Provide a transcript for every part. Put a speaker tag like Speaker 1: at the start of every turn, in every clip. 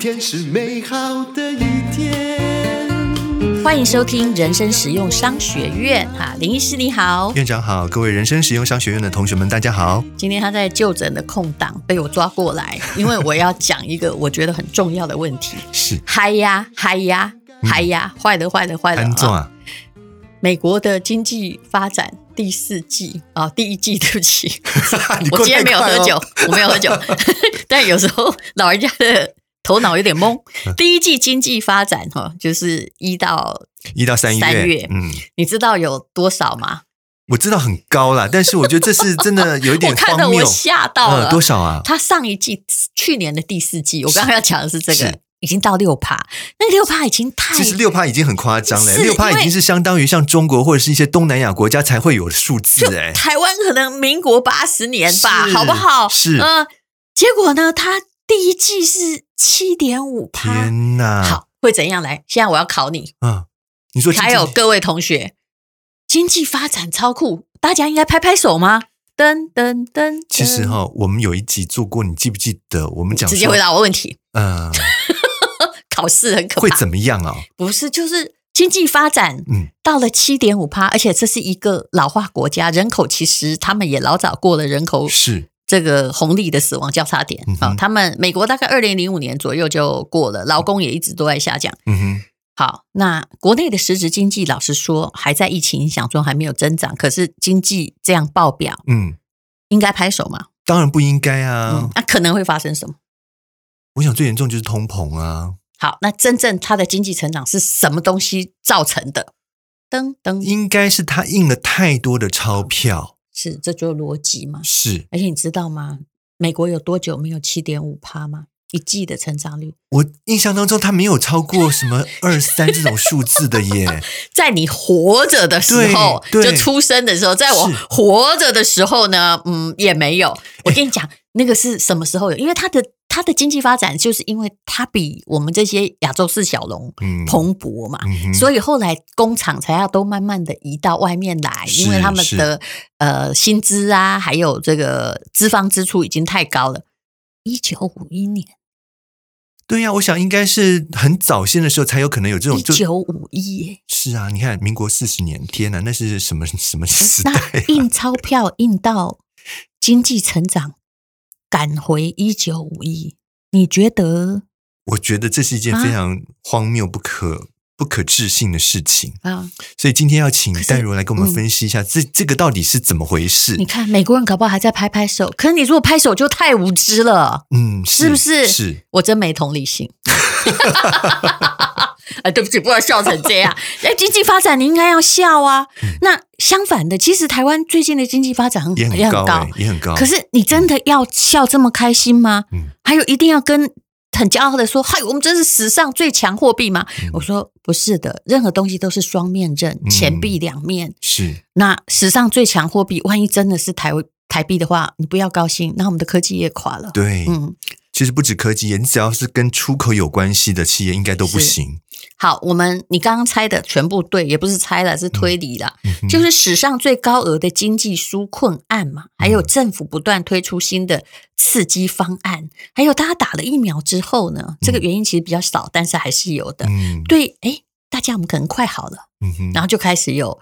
Speaker 1: 天是美好的一天。
Speaker 2: 欢迎收听人生实用商学院哈，林医师你好。
Speaker 1: 院长好，各位人生实用商学院的同学们，大家好。
Speaker 2: 今天他在就诊的空档被我抓过来，因为我要讲一个我觉得很重要的问题。
Speaker 1: 是
Speaker 2: 嗨呀嗨呀嗨呀，坏了坏了坏了
Speaker 1: 安总嗯
Speaker 2: 啊！
Speaker 1: 啊，
Speaker 2: 美国的经济发展第四季啊，第一季，对不起，
Speaker 1: 你
Speaker 2: 我
Speaker 1: 过
Speaker 2: 今天
Speaker 1: 太
Speaker 2: 没有
Speaker 1: 快
Speaker 2: 喝
Speaker 1: 哦
Speaker 2: 酒，我没有喝 酒，但有时候老人家的头脑有点懵。
Speaker 1: 嗯
Speaker 2: 第一季经济发展哈，哦就是一到
Speaker 1: 一到三月，
Speaker 2: 三月
Speaker 1: 嗯，
Speaker 2: 你知道有多少吗？
Speaker 1: 我知道很高啦，但是我觉得这是真 的有一点
Speaker 2: 我看
Speaker 1: 荒
Speaker 2: 的
Speaker 1: 谬
Speaker 2: 我。吓到了，
Speaker 1: 呃，多少啊？
Speaker 2: 他上一季去年的第四季，我刚刚要讲的是这
Speaker 1: 是
Speaker 2: 个，已经到六趴，那六趴已经太
Speaker 1: 其实六趴已经很夸张了，
Speaker 2: 是
Speaker 1: 六趴
Speaker 2: 因
Speaker 1: 已
Speaker 2: 为
Speaker 1: 经是相当于像中国或者是一些东南亚国家才会有的数 字
Speaker 2: 就
Speaker 1: 哎。
Speaker 2: 台湾可能民国八十年吧，
Speaker 1: 是
Speaker 2: 好不好？
Speaker 1: 是
Speaker 2: 呃，结果呢，他第一季是七点五趴，
Speaker 1: 天哪！
Speaker 2: 好，会怎样？来，现在我要考你，
Speaker 1: 嗯，你说
Speaker 2: 还有各位同学，经济发展超酷，大家应该拍拍手吗？噔噔噔，噔
Speaker 1: 其实哈、我们有一集做过，你记不记得？我们讲
Speaker 2: 直接
Speaker 1: 说
Speaker 2: 回，答我问题，
Speaker 1: 呃，
Speaker 2: 考试很可
Speaker 1: 会
Speaker 2: 怕，
Speaker 1: 怎么样啊、哦？
Speaker 2: 不是就是经济发展，
Speaker 1: 嗯
Speaker 2: 到了七点五趴，而且这是一个老化国家，人口其实他们也老早过了人口
Speaker 1: 是，
Speaker 2: 这个红利的死亡交叉点
Speaker 1: 嗯
Speaker 2: 啊、
Speaker 1: 哼
Speaker 2: 他们美国大概二零零五年左右就过了，劳工也一直都在下降。
Speaker 1: 嗯哼，
Speaker 2: 好，那国内的实质经济，老实说，还在疫情影响中还没有增长，可是经济这样爆表，
Speaker 1: 嗯，
Speaker 2: 应该拍手嘛？
Speaker 1: 当然不应该啊。
Speaker 2: 嗯，那、可能会发生什么？
Speaker 1: 我想最严重就是通膨啊，
Speaker 2: 好，那真正它的经济成长是什么东西造成的？噔噔，
Speaker 1: 应该是他印了太多的钞票，
Speaker 2: 是这就是逻辑嘛？
Speaker 1: 是
Speaker 2: 而且你知道吗？美国有多久没有七点五趴吗？一季的成长率，
Speaker 1: 我印象当中他没有超过什么二三这种数字的 耶。
Speaker 2: 在你活着的时候，
Speaker 1: 对
Speaker 2: 就
Speaker 1: 对
Speaker 2: 出生的时候，在我
Speaker 1: 是
Speaker 2: 活着的时候呢，嗯，也没有。我跟你讲，那个是什么时候有？因为它的它的经济发展，就是因为它比我们这些亚洲四小龙
Speaker 1: 嗯，
Speaker 2: 蓬勃嘛，
Speaker 1: 嗯哼，
Speaker 2: 所以后来工厂才要都慢慢的移到外面来，
Speaker 1: 是
Speaker 2: 因为他们的呃薪资啊，还有这个资方支出已经太高了。一九五一年，
Speaker 1: 对呀、我想应该是很早先的时候才有可能有这种
Speaker 2: 一
Speaker 1: 就。
Speaker 2: 九五一，
Speaker 1: 是啊，你看民国四十年，天哪，那是什么什么时代
Speaker 2: 那
Speaker 1: 啊？
Speaker 2: 印钞票印到经济成长赶回一九五一，你觉得
Speaker 1: 我觉得这是一件
Speaker 2: 啊
Speaker 1: 非常荒谬、不可不可置信的事情。
Speaker 2: 啊？
Speaker 1: 所以今天要请
Speaker 2: 可是
Speaker 1: 戴茹来跟我们
Speaker 2: 嗯
Speaker 1: 分析一下，这这个到底是怎么回事
Speaker 2: 你？看美国人搞不好还在拍拍手，可是你如果拍手就太无知了，
Speaker 1: 嗯，
Speaker 2: 是不是？
Speaker 1: 是，
Speaker 2: 我真没同理心。 哎，对不起，不要笑成这样。哎，经济发展你应该要笑啊。那相反的，其实台湾最近的经济发展很
Speaker 1: 嗯也很高、欸，也很高。
Speaker 2: 可是你真的要笑这么开心吗？
Speaker 1: 嗯
Speaker 2: 还有一定要跟很骄傲的说，嗨，我们真是史上最强货币吗？
Speaker 1: 嗯
Speaker 2: 我说不是的，任何东西都是双面刃，
Speaker 1: 嗯
Speaker 2: 钱币两面。
Speaker 1: 是
Speaker 2: 那史上最强货币，万一真的是台台币的话，你不要高兴，那我们的科技也垮了。
Speaker 1: 对，
Speaker 2: 嗯，
Speaker 1: 其实不止科技业，你只要是跟出口有关系的企业，应该都不
Speaker 2: 是
Speaker 1: 行。
Speaker 2: 好，我们你刚刚猜的全部对，也不是猜了，是推理了。
Speaker 1: 嗯哼
Speaker 2: 就是史上最高额的经济纾困案嘛，还
Speaker 1: 嗯
Speaker 2: 有政府不断推出新的刺激方案，还有大家打了疫苗之后呢，这个原因其实比较少，但是还是有的。
Speaker 1: 嗯，
Speaker 2: 对，哎，大家我们可能快好了，
Speaker 1: 嗯哼，
Speaker 2: 然后就开始有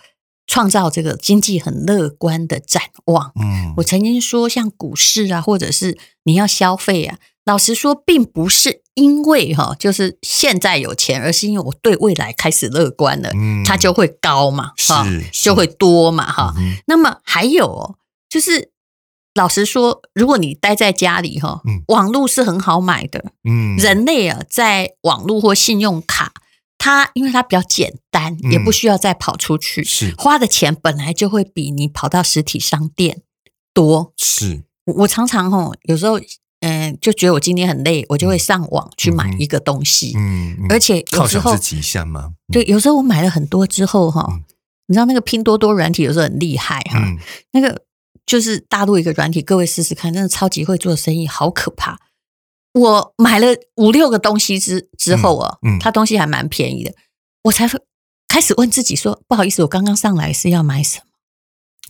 Speaker 2: 创造这个经济很乐观的展望。
Speaker 1: 嗯，
Speaker 2: 我曾经说，像股市啊，或者是你要消费啊，老实说，并不是因为哈、就是现在有钱，而是因为我对未来开始乐观了，
Speaker 1: 嗯
Speaker 2: 它就会高嘛，哈
Speaker 1: 是
Speaker 2: 就会多嘛，哈、
Speaker 1: 嗯哼
Speaker 2: 那么还有哦，就是老实说，如果你待在家里哈、
Speaker 1: 嗯
Speaker 2: 网络是很好买的。
Speaker 1: 嗯，
Speaker 2: 人类啊，在网络或信用卡，它因为它比较简单，
Speaker 1: 嗯
Speaker 2: 也不需要再跑出去，
Speaker 1: 是
Speaker 2: 花的钱本来就会比你跑到实体商店多。
Speaker 1: 是
Speaker 2: 我我常常吼，有时候嗯、呃就觉得我今天很累，我就会上网去买
Speaker 1: 嗯哼
Speaker 2: 一个东西，
Speaker 1: 嗯，嗯
Speaker 2: 而且有
Speaker 1: 犒
Speaker 2: 时
Speaker 1: 赏
Speaker 2: 候
Speaker 1: 自己一下嘛。嗯
Speaker 2: 对，，有时候我买了很多之后哈，
Speaker 1: 嗯
Speaker 2: 你知道那个拼多多软体有时候很厉害哈，
Speaker 1: 嗯，
Speaker 2: 那个就是大陆一个软体，各位试试看，真的超级会做生意，好可怕。我买了五六个东西之之后哦，
Speaker 1: 嗯嗯
Speaker 2: 它东西还蛮便宜的，我才会开始问自己说，不好意思，我刚刚上来是要买什么？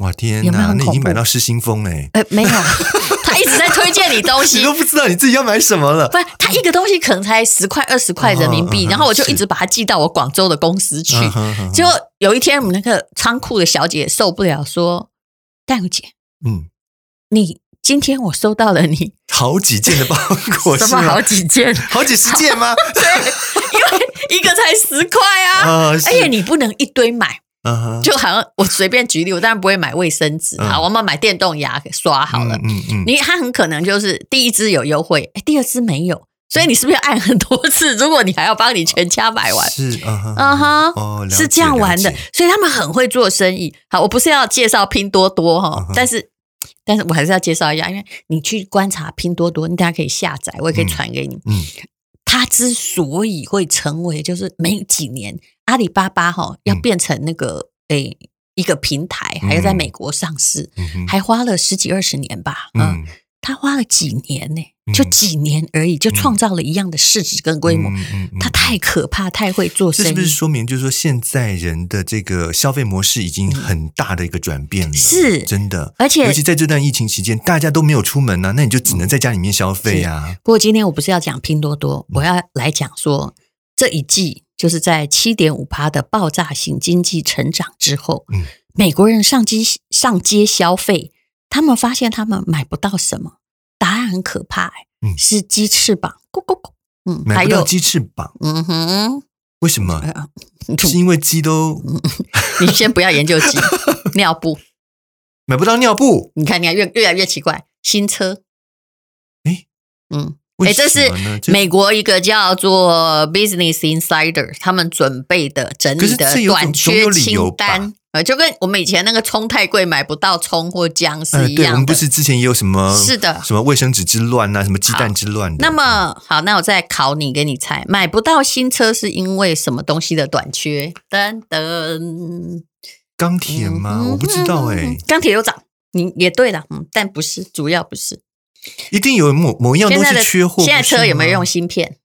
Speaker 1: 哇天
Speaker 2: 有没有
Speaker 1: 哪，
Speaker 2: 很
Speaker 1: 那已
Speaker 2: 恐
Speaker 1: 经买
Speaker 2: 怖
Speaker 1: 到失心疯嘞。
Speaker 2: 呃，没有，它一直在推荐你东
Speaker 1: 你
Speaker 2: 西
Speaker 1: 都。不知道你自己要买什么了
Speaker 2: 不。是，他一个东西可能才十块二十块人民
Speaker 1: 嗯
Speaker 2: 币，
Speaker 1: 嗯嗯
Speaker 2: 然后我就一
Speaker 1: 是
Speaker 2: 直把它寄到我广州的公司去。
Speaker 1: 嗯哼哼
Speaker 2: 结果有一天，我们那个仓库的小姐受不了，说：“戴茹姐，
Speaker 1: 嗯，
Speaker 2: 你今天我收到了你
Speaker 1: 好几件的包裹
Speaker 2: 什
Speaker 1: 是
Speaker 2: 么
Speaker 1: 吗？
Speaker 2: 好几 件，
Speaker 1: 好几十件吗？
Speaker 2: 一个才十块 啊！
Speaker 1: 啊，嗯而
Speaker 2: 而且你不能一堆买，
Speaker 1: 就
Speaker 2: 就好像我随便举例，我当然不会买卫生纸啊，
Speaker 1: 嗯
Speaker 2: 我们买电动牙刷好了。
Speaker 1: 嗯嗯嗯，
Speaker 2: 你它很可能就是第一支有优惠，哎，第二支没有，所以你是不是要按很多次？如果你还要帮你全家买完，
Speaker 1: 是啊哈
Speaker 2: 嗯哼
Speaker 1: 哦，了解
Speaker 2: 是这样玩的
Speaker 1: 了解，
Speaker 2: 所以他们很会做生意。好，我不是要介绍拼多多哈
Speaker 1: 嗯哼，
Speaker 2: 但是但是我还是要介绍一下，因为你去观察拼多多，你大家可以下载，我也可以
Speaker 1: 嗯
Speaker 2: 传给你。
Speaker 1: 嗯
Speaker 2: 它之所以会成为，就是没几年阿里巴巴哈要
Speaker 1: 嗯
Speaker 2: 变成那个诶、一个平台，还要在美国上市，
Speaker 1: 嗯哼
Speaker 2: 还花了十几二十年吧，嗯
Speaker 1: 嗯，
Speaker 2: 他花了几年呢、
Speaker 1: 嗯
Speaker 2: 就几年而已，就创造了一样的市值跟规模。
Speaker 1: 嗯嗯嗯
Speaker 2: 他太可怕，太会做
Speaker 1: 这
Speaker 2: 生
Speaker 1: 是不
Speaker 2: 意
Speaker 1: 是。说明，就是说现在人的这个消费模式已经很大的一个转变了？
Speaker 2: 是
Speaker 1: 真的，
Speaker 2: 而且
Speaker 1: 尤其在这段疫情期间，大家都没有出门呐、那你就只能在家里面消费啊呀、
Speaker 2: 不过今天我不是要讲拼多多，
Speaker 1: 嗯
Speaker 2: 我要来讲说这一季就是在七点五趴的爆炸性经济成长之后，
Speaker 1: 嗯
Speaker 2: 美国人上街上街消费，他们发现他们买不到什么，答案很可怕、欸，
Speaker 1: 嗯
Speaker 2: 是鸡翅膀，咕咕咕，嗯，还
Speaker 1: 买不到
Speaker 2: 有
Speaker 1: 鸡翅膀，
Speaker 2: 嗯哼，
Speaker 1: 为什么？
Speaker 2: 呃嗯
Speaker 1: 是因为鸡都
Speaker 2: 你先不要研究鸡 尿布，
Speaker 1: 买不到尿布？
Speaker 2: 你看，你看，越越来越奇怪。新车，
Speaker 1: 诶
Speaker 2: 嗯，
Speaker 1: 为
Speaker 2: 哎这是
Speaker 1: 什么呢？这
Speaker 2: 美国一个叫做 Business Insider 他们准备的整
Speaker 1: 可是
Speaker 2: 理的
Speaker 1: 这有
Speaker 2: 短
Speaker 1: 种总有
Speaker 2: 缺
Speaker 1: 理由
Speaker 2: 清单
Speaker 1: 吧，
Speaker 2: 呃，就跟我们以前那个葱太贵买不到葱或姜
Speaker 1: 呃，
Speaker 2: 是一
Speaker 1: 对，我
Speaker 2: 样
Speaker 1: 们
Speaker 2: 的。
Speaker 1: 不是之前也有什么
Speaker 2: 是的
Speaker 1: 什么卫生纸之乱啊呐、什么鸡蛋之乱的？
Speaker 2: 那么好，那我再考你，给你猜，买不到新车是因为什么东西的短缺？噔噔，
Speaker 1: 钢铁吗？我不知道哎、
Speaker 2: 嗯钢铁有涨，你也对了，嗯，但不是，主要不是。
Speaker 1: 一定有某某一样
Speaker 2: 现
Speaker 1: 东
Speaker 2: 在的
Speaker 1: 西缺货。
Speaker 2: 现在
Speaker 1: 不是
Speaker 2: 车有没有
Speaker 1: 吗
Speaker 2: 用？芯片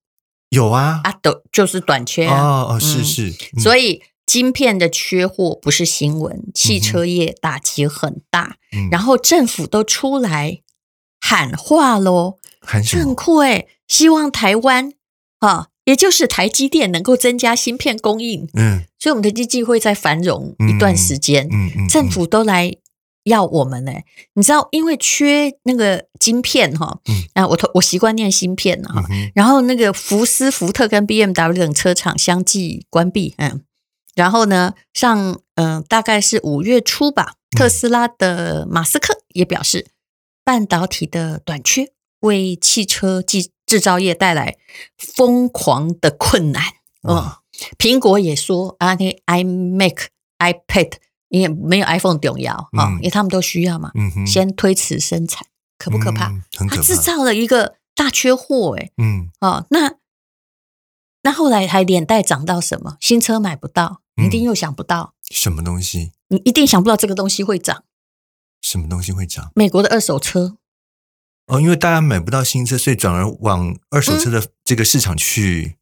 Speaker 1: 有啊，
Speaker 2: 啊？都就是短缺啊。
Speaker 1: 哦哦，是
Speaker 2: 嗯
Speaker 1: 是，嗯
Speaker 2: 所以晶片的缺货不是新闻，汽车业打击很大，
Speaker 1: 嗯
Speaker 2: 然后政府都出来喊话喽，
Speaker 1: 含什
Speaker 2: 这很
Speaker 1: 么？
Speaker 2: 酷诶，希望台湾啊，也就是台积电能够增加芯片供应，
Speaker 1: 嗯
Speaker 2: 所以我们的经济会在繁荣一段时间。
Speaker 1: 嗯嗯，
Speaker 2: 政府都来要我们呢、你知道，因为缺那个晶片哈，
Speaker 1: 嗯
Speaker 2: 啊，我头我习惯念芯片啊哈，
Speaker 1: 嗯哼
Speaker 2: 然后那个福斯、福特跟 B M W 等车厂相继关闭，嗯，然后呢，上嗯、大概是五月初吧，
Speaker 1: 嗯
Speaker 2: 特斯拉的马斯克也表示，半导体的短缺为汽车制制造业带来疯狂的困难。嗯
Speaker 1: 哇，
Speaker 2: 苹果也说啊，那 iMac、iPad 也没有 iPhone 重要啊、
Speaker 1: 嗯
Speaker 2: 因为他们都需要嘛，
Speaker 1: 嗯哼，
Speaker 2: 先推迟生产，可不可怕？啊
Speaker 1: 嗯？很
Speaker 2: 它
Speaker 1: 可
Speaker 2: 制
Speaker 1: 怕。
Speaker 2: 造了一个大缺货、欸，
Speaker 1: 嗯，
Speaker 2: 哦，那那后来还连带涨到什么？新车买不到，你一
Speaker 1: 嗯
Speaker 2: 定又想不到，
Speaker 1: 什么东西？
Speaker 2: 你一定想不到这个东西会涨。
Speaker 1: 什么东西会涨？
Speaker 2: 美国的二手车，
Speaker 1: 哦，因为大家买不到新车，所以转而往二手车的这个市场去、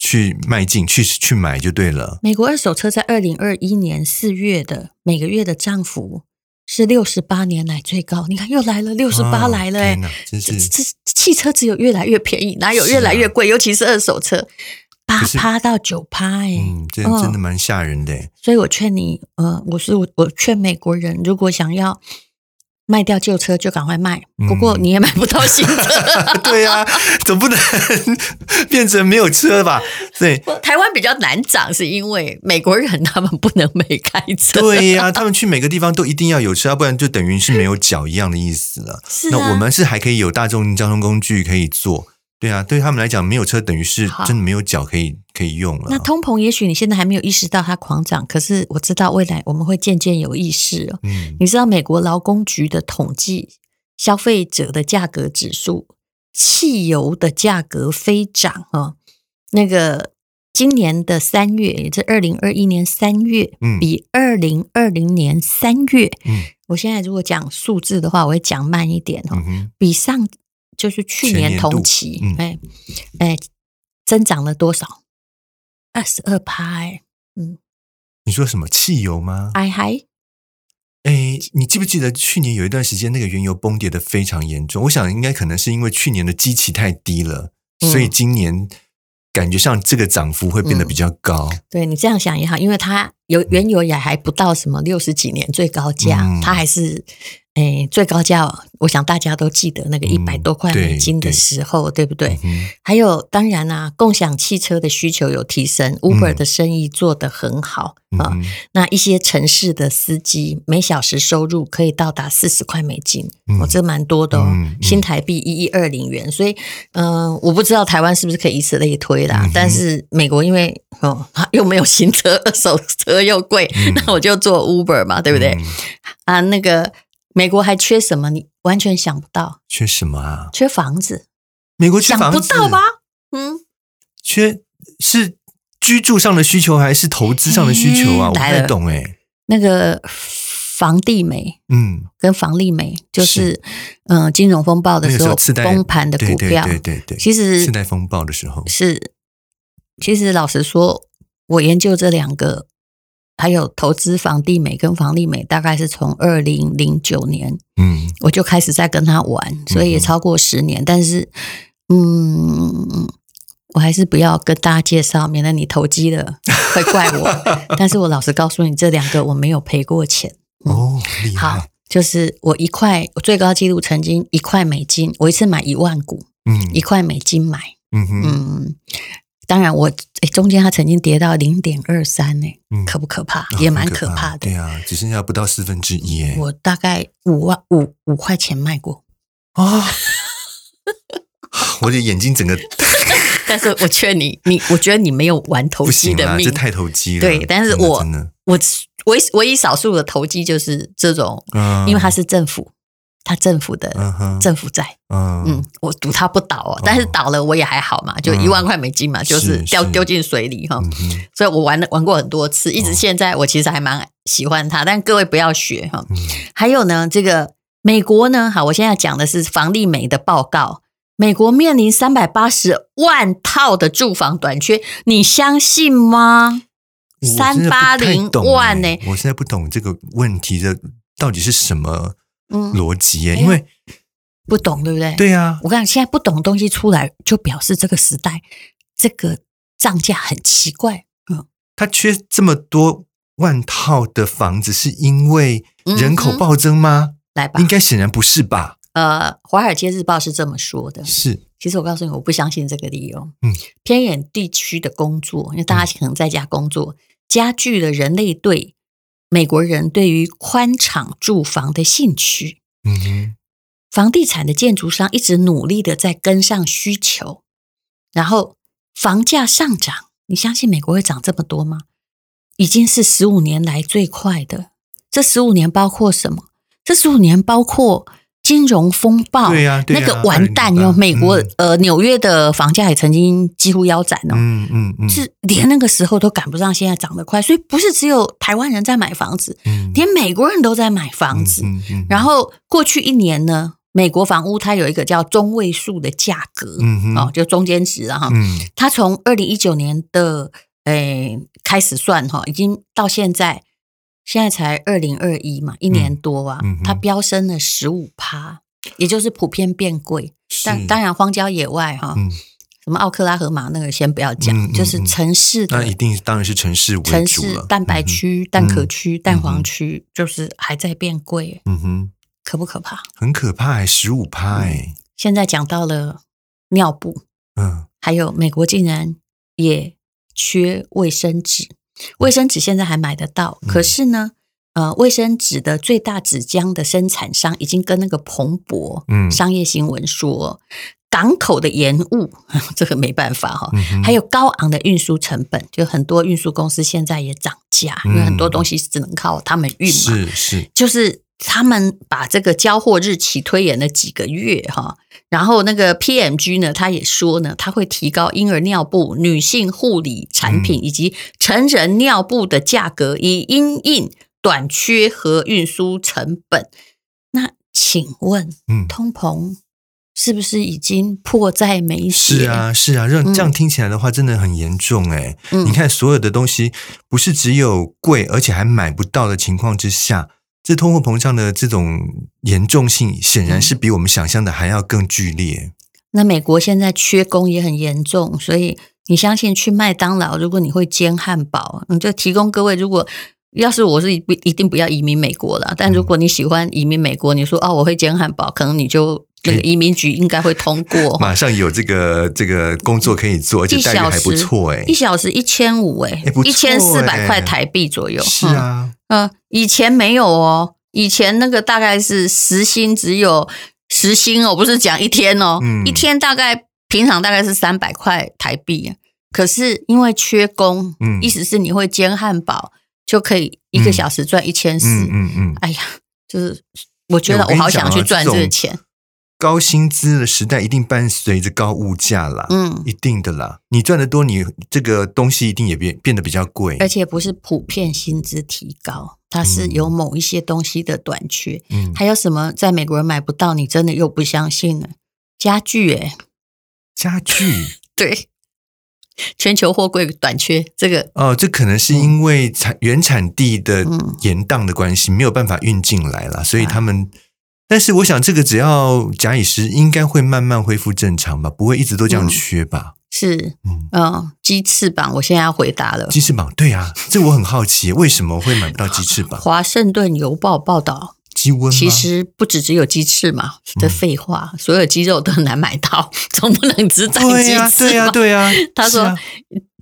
Speaker 1: 去迈进，去去买就对了。
Speaker 2: 美国二手车在二零二一年四月的每个月的涨幅是六十八年来最高。你看，又来了，六
Speaker 1: 六
Speaker 2: 十八来了、欸，
Speaker 1: 啊天哪，真
Speaker 2: 这
Speaker 1: 是
Speaker 2: 这这汽车只有越来越便宜，哪有
Speaker 1: 是
Speaker 2: 越来越
Speaker 1: 啊
Speaker 2: 贵？尤其是二手车，八
Speaker 1: 可是
Speaker 2: 趴到九趴，哎、
Speaker 1: 嗯，这
Speaker 2: 嗯
Speaker 1: 真的蛮吓人的 欸。
Speaker 2: 所以我劝你，呃，我是我，我劝美国人，如果想要卖掉旧车，就赶快卖。不过
Speaker 1: 嗯
Speaker 2: 你也买不到新 车，
Speaker 1: 对啊，总不能 变成没有车吧？对。
Speaker 2: 台湾比较难涨，是因为美国人他们不能没开车。
Speaker 1: 对呀、他们去每个地方都一定要有车，要不然就等于是没有脚一样的意思了。
Speaker 2: 是啊，
Speaker 1: 那我们是还可以有大众交通工具可以坐，对啊，对他们来讲没有车等于是
Speaker 2: 好
Speaker 1: 真的没有脚可以可以用了。
Speaker 2: 那通膨，也许你现在还没有意识到它狂涨，可是我知道未来我们会渐渐有意识哦。
Speaker 1: 嗯
Speaker 2: 你知道美国劳工局的统计，消费者的价格指数，汽油的价格飞涨啊、哦那个今年的三月，也就是二零二一年三月，
Speaker 1: 嗯
Speaker 2: 比二零二零年三月，
Speaker 1: 嗯
Speaker 2: 我现在如果讲数字的话，我会讲慢一点哦，
Speaker 1: 嗯哼，
Speaker 2: 比上就是去
Speaker 1: 全
Speaker 2: 年
Speaker 1: 年
Speaker 2: 同
Speaker 1: 度
Speaker 2: 期，
Speaker 1: 嗯
Speaker 2: 哎哎，增长了多少？二十二趴，哎，啊
Speaker 1: 你说什么汽油吗？
Speaker 2: 哎嗨，
Speaker 1: 哎，你你记不记得去年有一段时间那个原油崩跌的非常严重？我想应该可能是因为去年的基期太低了，
Speaker 2: 嗯
Speaker 1: 所以今年感觉上这个涨幅会变得比较高。
Speaker 2: 对你这样想也好，因为它有原油也还不到什么六十几年最高价，
Speaker 1: 嗯
Speaker 2: 它还是诶最高价，我想大家都记得那个一百
Speaker 1: 嗯
Speaker 2: 多块美金
Speaker 1: 对
Speaker 2: 的时候，对不对？
Speaker 1: 嗯
Speaker 2: 还有当然啊，共享汽车的需求有提升，Uber
Speaker 1: 嗯
Speaker 2: 的生意做得很好
Speaker 1: 哼，
Speaker 2: 啊、
Speaker 1: 嗯哼，
Speaker 2: 那一些城市的司机每小时收入可以到达四十块美金，
Speaker 1: 嗯
Speaker 2: 哦，这蛮多的哦，
Speaker 1: 嗯嗯
Speaker 2: 新台币一一二零元。所以，嗯、我不知道台湾是不是可以以此类推啦，
Speaker 1: 嗯哼
Speaker 2: 但是美国因为哦 又没有新车，二手车又贵，
Speaker 1: 嗯
Speaker 2: 那我就做 Uber 嘛，对不对？
Speaker 1: 嗯
Speaker 2: 啊，那个美国还缺什么？你完全想不到，
Speaker 1: 缺什么啊？
Speaker 2: 缺房子，
Speaker 1: 美国缺
Speaker 2: 想
Speaker 1: 房
Speaker 2: 不
Speaker 1: 子
Speaker 2: 到吧？嗯，
Speaker 1: 缺是居住上的需求还是投资上的需求啊？
Speaker 2: 嗯
Speaker 1: 我不
Speaker 2: 来
Speaker 1: 太
Speaker 2: 了
Speaker 1: 懂哎、
Speaker 2: 那个房地美，
Speaker 1: 嗯，
Speaker 2: 跟房利美，就是
Speaker 1: 是
Speaker 2: 嗯、呃金融风暴的
Speaker 1: 那个
Speaker 2: 时
Speaker 1: 时
Speaker 2: 候
Speaker 1: 候次贷
Speaker 2: 崩盘的
Speaker 1: 对
Speaker 2: 股
Speaker 1: 对
Speaker 2: 票，
Speaker 1: 对对对，
Speaker 2: 其实
Speaker 1: 次贷风暴的时候，
Speaker 2: 是其实老实说，我研究这两个，还有投资房地美跟房利美，大概是从二零零九年
Speaker 1: 嗯
Speaker 2: 我就开始在跟他玩，所以也
Speaker 1: 嗯哼
Speaker 2: 超过十年，但是嗯。我还是不要跟大家介绍，免得你投机了会怪 我。但是我老实告诉你，这两个我没有赔过钱。嗯
Speaker 1: 哦，厉
Speaker 2: 好
Speaker 1: 害，，
Speaker 2: 就是我一块，我最高纪录曾经一块美金，我一次买一万股，
Speaker 1: 嗯
Speaker 2: 一块美金买，
Speaker 1: 嗯哼
Speaker 2: 嗯，当然我诶中间它曾经跌到零点二三呢，
Speaker 1: 嗯
Speaker 2: 可不可怕？
Speaker 1: 啊
Speaker 2: 也
Speaker 1: 很
Speaker 2: 蛮
Speaker 1: 可
Speaker 2: 可怕的。
Speaker 1: 对啊，只剩下不到四分之一哎，
Speaker 2: 我大概五万五五块钱卖 过，
Speaker 1: 啊，我的眼睛整个
Speaker 2: 但是我劝你，你我觉得你没有玩投
Speaker 1: 不
Speaker 2: 机
Speaker 1: 行
Speaker 2: 的
Speaker 1: 啦，
Speaker 2: 命
Speaker 1: 这，太投机了。
Speaker 2: 对但是
Speaker 1: 真的
Speaker 2: 我
Speaker 1: 真的，
Speaker 2: 我唯唯一少数的投机就是这种，
Speaker 1: 嗯，
Speaker 2: 因为它是政府，它政府的
Speaker 1: 嗯哼，
Speaker 2: 政府债，嗯
Speaker 1: 嗯，
Speaker 2: 我赌它不倒哦，但是倒了我也还好嘛，就
Speaker 1: 嗯
Speaker 2: 一万块美金嘛，就是
Speaker 1: 是
Speaker 2: 掉
Speaker 1: 是
Speaker 2: 丢进水里哈。
Speaker 1: 嗯哼
Speaker 2: 所以我玩了玩过很多次，一直
Speaker 1: 哦
Speaker 2: 现在我其实还蛮喜欢它，但各位不要学哈。
Speaker 1: 嗯
Speaker 2: 还有呢，这个美国呢，好，我现在讲的是房利美的报告，美国面临三百八十万套的住房短缺，你相信吗？
Speaker 1: 我真的不太
Speaker 2: 380
Speaker 1: 懂
Speaker 2: 万
Speaker 1: 欸
Speaker 2: 呢
Speaker 1: 我现在不懂这个问题的到底是什么
Speaker 2: 嗯，
Speaker 1: 逻辑耶，
Speaker 2: 哎呀
Speaker 1: 因为
Speaker 2: 不懂对不对？，
Speaker 1: 对啊，
Speaker 2: 我跟你讲，现在不懂的东西出来，就表示这个时代这个涨价很奇怪。
Speaker 1: 它缺这么多万套的房子，是因为
Speaker 2: 嗯
Speaker 1: 人口暴增吗？
Speaker 2: 来吧
Speaker 1: 应，该显然不是吧？
Speaker 2: 呃，《华尔街日报》是这么说的，
Speaker 1: 是，
Speaker 2: 其实我告诉你，我不相信这个理由。
Speaker 1: 嗯，
Speaker 2: 偏远地区的工作，因为大家可能在家工作，加剧了人类对美国人对于宽敞住房的兴趣。
Speaker 1: 嗯哼，
Speaker 2: 房地产的建筑商一直努力的在跟上需求，然后房价上涨，你相信美国会涨这么多吗？已经是十五年来最快的。这十五年包括什么？这十五年包括金融风暴，
Speaker 1: 对呀，对
Speaker 2: 哦那
Speaker 1: 呀
Speaker 2: 个完蛋
Speaker 1: 2008
Speaker 2: 哟！美国、
Speaker 1: 嗯
Speaker 2: 呃纽约的房价也曾经几乎腰斩哦，
Speaker 1: 嗯嗯嗯，
Speaker 2: 是连那个时候都赶不上现在涨得快，所以不是只有台湾人在买房子，
Speaker 1: 嗯
Speaker 2: 连美国人都在买房子。
Speaker 1: 嗯嗯嗯
Speaker 2: 然后过去一年呢，美国房屋它有一个叫中位数的价格，
Speaker 1: 嗯哼
Speaker 2: 哦，就中间值啊哈，
Speaker 1: 嗯
Speaker 2: 它从二零一九年的诶开始算哈，已经到现在，现在才二零二一嘛，一年多啊，
Speaker 1: 嗯嗯哼
Speaker 2: 它飙升了十五趴，也就是普遍变贵。但
Speaker 1: 是
Speaker 2: 当然，荒郊野外哈，
Speaker 1: 嗯
Speaker 2: 什么奥克拉荷马那个先不要讲，
Speaker 1: 嗯嗯
Speaker 2: 就是城市
Speaker 1: 那
Speaker 2: 的
Speaker 1: 一定当然是城市为主了
Speaker 2: 城市蛋白，
Speaker 1: 嗯
Speaker 2: 区、蛋壳区、蛋黄区，就是还在变贵，
Speaker 1: 嗯哼嗯哼，
Speaker 2: 可不可怕？
Speaker 1: 很可怕哎，十五趴哎，
Speaker 2: 现在讲到了尿布，
Speaker 1: 嗯
Speaker 2: 还有美国竟然也缺卫生纸，卫生纸现在还买得到，
Speaker 1: 嗯
Speaker 2: 可是呢，呃，卫生纸的最大纸浆的生产商已经跟那个彭博
Speaker 1: 嗯
Speaker 2: 商业新闻说，港口的延误， 这个没办法哈、
Speaker 1: 嗯哼，
Speaker 2: 还有高昂的运输成本，就很多运输公司现在也涨价，因为很多
Speaker 1: 嗯
Speaker 2: 东西只能靠他们运嘛。
Speaker 1: 是是，
Speaker 2: 就是他们把这个交货日期推延了几个月哈，然后那个 PMG 呢，他也说呢，他会提高婴儿尿布、女性护理
Speaker 1: 嗯
Speaker 2: 产品以及成人尿布的价格，以因应短缺和运输成本。那请问，
Speaker 1: 嗯。
Speaker 2: 通膨是不是已经迫在眉睫？
Speaker 1: 是啊，是啊，让
Speaker 2: 嗯
Speaker 1: 这样听起来的话，真的很严重哎、
Speaker 2: 嗯
Speaker 1: 你看，所有的东西不是只有贵，而且还买不到的情况之下，这通货膨胀的这种严重性，显
Speaker 2: 嗯
Speaker 1: 然是比我们想象的还要更剧烈。
Speaker 2: 那美国现在缺工也很严重，所以你相信去麦当劳，如果你会煎汉堡，你就提供各位，如果要是我是一不一定不要移民美国了，
Speaker 1: 嗯
Speaker 2: 但如果你喜欢移民美国，你说哦我会煎汉堡，可能你就那个移民局应该会 通过。
Speaker 1: 马上有这个这个工作可以做，而且
Speaker 2: 哦一
Speaker 1: 待遇
Speaker 2: 小
Speaker 1: 还
Speaker 2: 时
Speaker 1: 不错哎、
Speaker 2: 一小时一千五哎
Speaker 1: 哎不，错
Speaker 2: 一千四百
Speaker 1: 哎
Speaker 2: 块台币左右。
Speaker 1: 是
Speaker 2: 嗯
Speaker 1: 啊，
Speaker 2: 呃，以前没有哦，以前那个大概是时薪只有时薪哦，不是讲一天哦，
Speaker 1: 嗯
Speaker 2: 一天大概平常大概是三百块台币，可是因为缺工，
Speaker 1: 嗯
Speaker 2: 意思是你会煎汉堡就可以一个小时赚一千四
Speaker 1: 嗯，嗯嗯，
Speaker 2: 哎呀，就是我觉
Speaker 1: 哎我
Speaker 2: 得我
Speaker 1: 跟你
Speaker 2: 好想
Speaker 1: 讲啊
Speaker 2: 去赚
Speaker 1: 这
Speaker 2: 这
Speaker 1: 种
Speaker 2: 个钱，
Speaker 1: 高薪资的时代一定伴随着高物价啦，
Speaker 2: 嗯，
Speaker 1: 一定的啦。你赚的多，你这个东西一定也变变得比较贵。
Speaker 2: 而且不是普遍薪资提高，它是
Speaker 1: 嗯
Speaker 2: 有某一些东西的短缺，
Speaker 1: 嗯，
Speaker 2: 还有什么在美国人买不到，你真的又不相信呢？家具、诶。
Speaker 1: 家具
Speaker 2: 对，全球货柜短缺，这个
Speaker 1: 哦，这可能是因为产原产地的
Speaker 2: 嗯
Speaker 1: 延宕的关系，没有办法运进来啦，所以他们。但是我想，这个只要假以时，应该会慢慢恢复正常吧，不会一直都这样
Speaker 2: 嗯
Speaker 1: 缺吧？
Speaker 2: 是
Speaker 1: 嗯，
Speaker 2: 嗯，鸡翅膀，我现在要回答了。
Speaker 1: 鸡翅膀，对啊，这我很好奇，为什么会买不到鸡翅膀？
Speaker 2: 华盛顿邮报报道，
Speaker 1: 鸡瘟吗？嗯
Speaker 2: 其实不只只有鸡翅嘛，这废话，所有鸡肉都很难买到， 总不能只涨
Speaker 1: 对
Speaker 2: 鸡
Speaker 1: 呀、对
Speaker 2: 翅
Speaker 1: 呀、
Speaker 2: 吧？
Speaker 1: 对呀、
Speaker 2: 他
Speaker 1: 是
Speaker 2: 说
Speaker 1: 啊，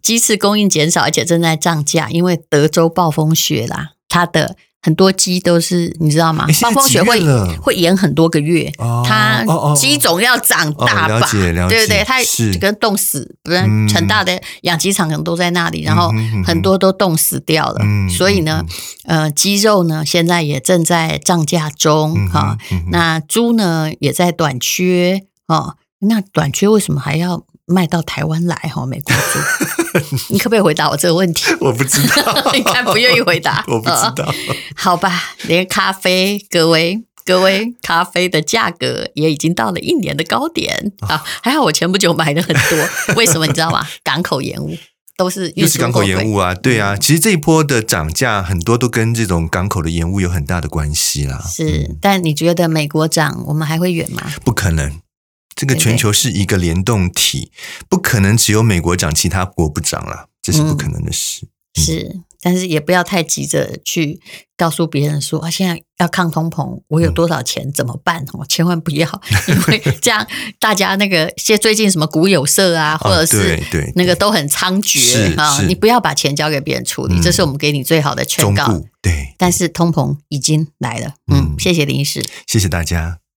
Speaker 2: 鸡翅供应减少，而且正在涨价，因为德州暴风雪啦，它的很多鸡都是你知道吗
Speaker 1: 诶？哎现
Speaker 2: 暴
Speaker 1: 在
Speaker 2: 风
Speaker 1: 几
Speaker 2: 雪
Speaker 1: 月
Speaker 2: 会
Speaker 1: 了
Speaker 2: 会延很多个月，
Speaker 1: 哦
Speaker 2: 它
Speaker 1: 哦哦哦
Speaker 2: 鸡种要长大
Speaker 1: 哦了
Speaker 2: 吧？
Speaker 1: 解了解
Speaker 2: 对不对？它
Speaker 1: 是
Speaker 2: 跟冻死，不然
Speaker 1: 嗯
Speaker 2: 很大的养鸡场可能都在那里，然后
Speaker 1: 嗯哼嗯哼
Speaker 2: 很多都冻死掉了。
Speaker 1: 嗯
Speaker 2: 所以呢，呃，鸡肉呢现在也正在涨价中
Speaker 1: 嗯
Speaker 2: 哈、
Speaker 1: 哼嗯哼
Speaker 2: 那猪呢也在短缺哦。那短缺为什么还要卖到台湾来？哈、美国 猪，你可不可以回答我这个问题？，
Speaker 1: 我不知道
Speaker 2: 你看不愿意回答嗯
Speaker 1: 我不知道。
Speaker 2: 好吧，连咖啡，各位各位，咖啡的价格也已经到了一年的高点
Speaker 1: 哦
Speaker 2: 啊！还好我前不久买的很 多，为什么你知道吗？港口延误都是
Speaker 1: 又是港口延误
Speaker 2: 误，
Speaker 1: 啊，对
Speaker 2: 嗯
Speaker 1: 啊，其实这一波的涨价很多都跟这种港口的延误有很大的关系啦。嗯
Speaker 2: 是。但你觉得美国涨，我们还会远吗？
Speaker 1: 不可能，这个
Speaker 2: 对不对
Speaker 1: 全球是一个联动体，不可能只有美国涨，其他国不涨啦，这是不可能的事。
Speaker 2: 是，但是也不要太急着去告诉别人说啊，现在要抗通膨，我有多少钱怎么办？哦，千万不要，因为这样大家那个现最近什么股有色啊，或者
Speaker 1: 哦，
Speaker 2: 是
Speaker 1: 对对，
Speaker 2: 那个都很猖獗
Speaker 1: 是
Speaker 2: 啊！
Speaker 1: 是
Speaker 2: 你不要把钱交给别人处理，
Speaker 1: 嗯
Speaker 2: 这是我们给你最好的劝
Speaker 1: 中
Speaker 2: 告。
Speaker 1: 部对，
Speaker 2: 但是通膨已经来了，嗯，
Speaker 1: 嗯
Speaker 2: 谢谢林医师。
Speaker 1: 谢谢大家。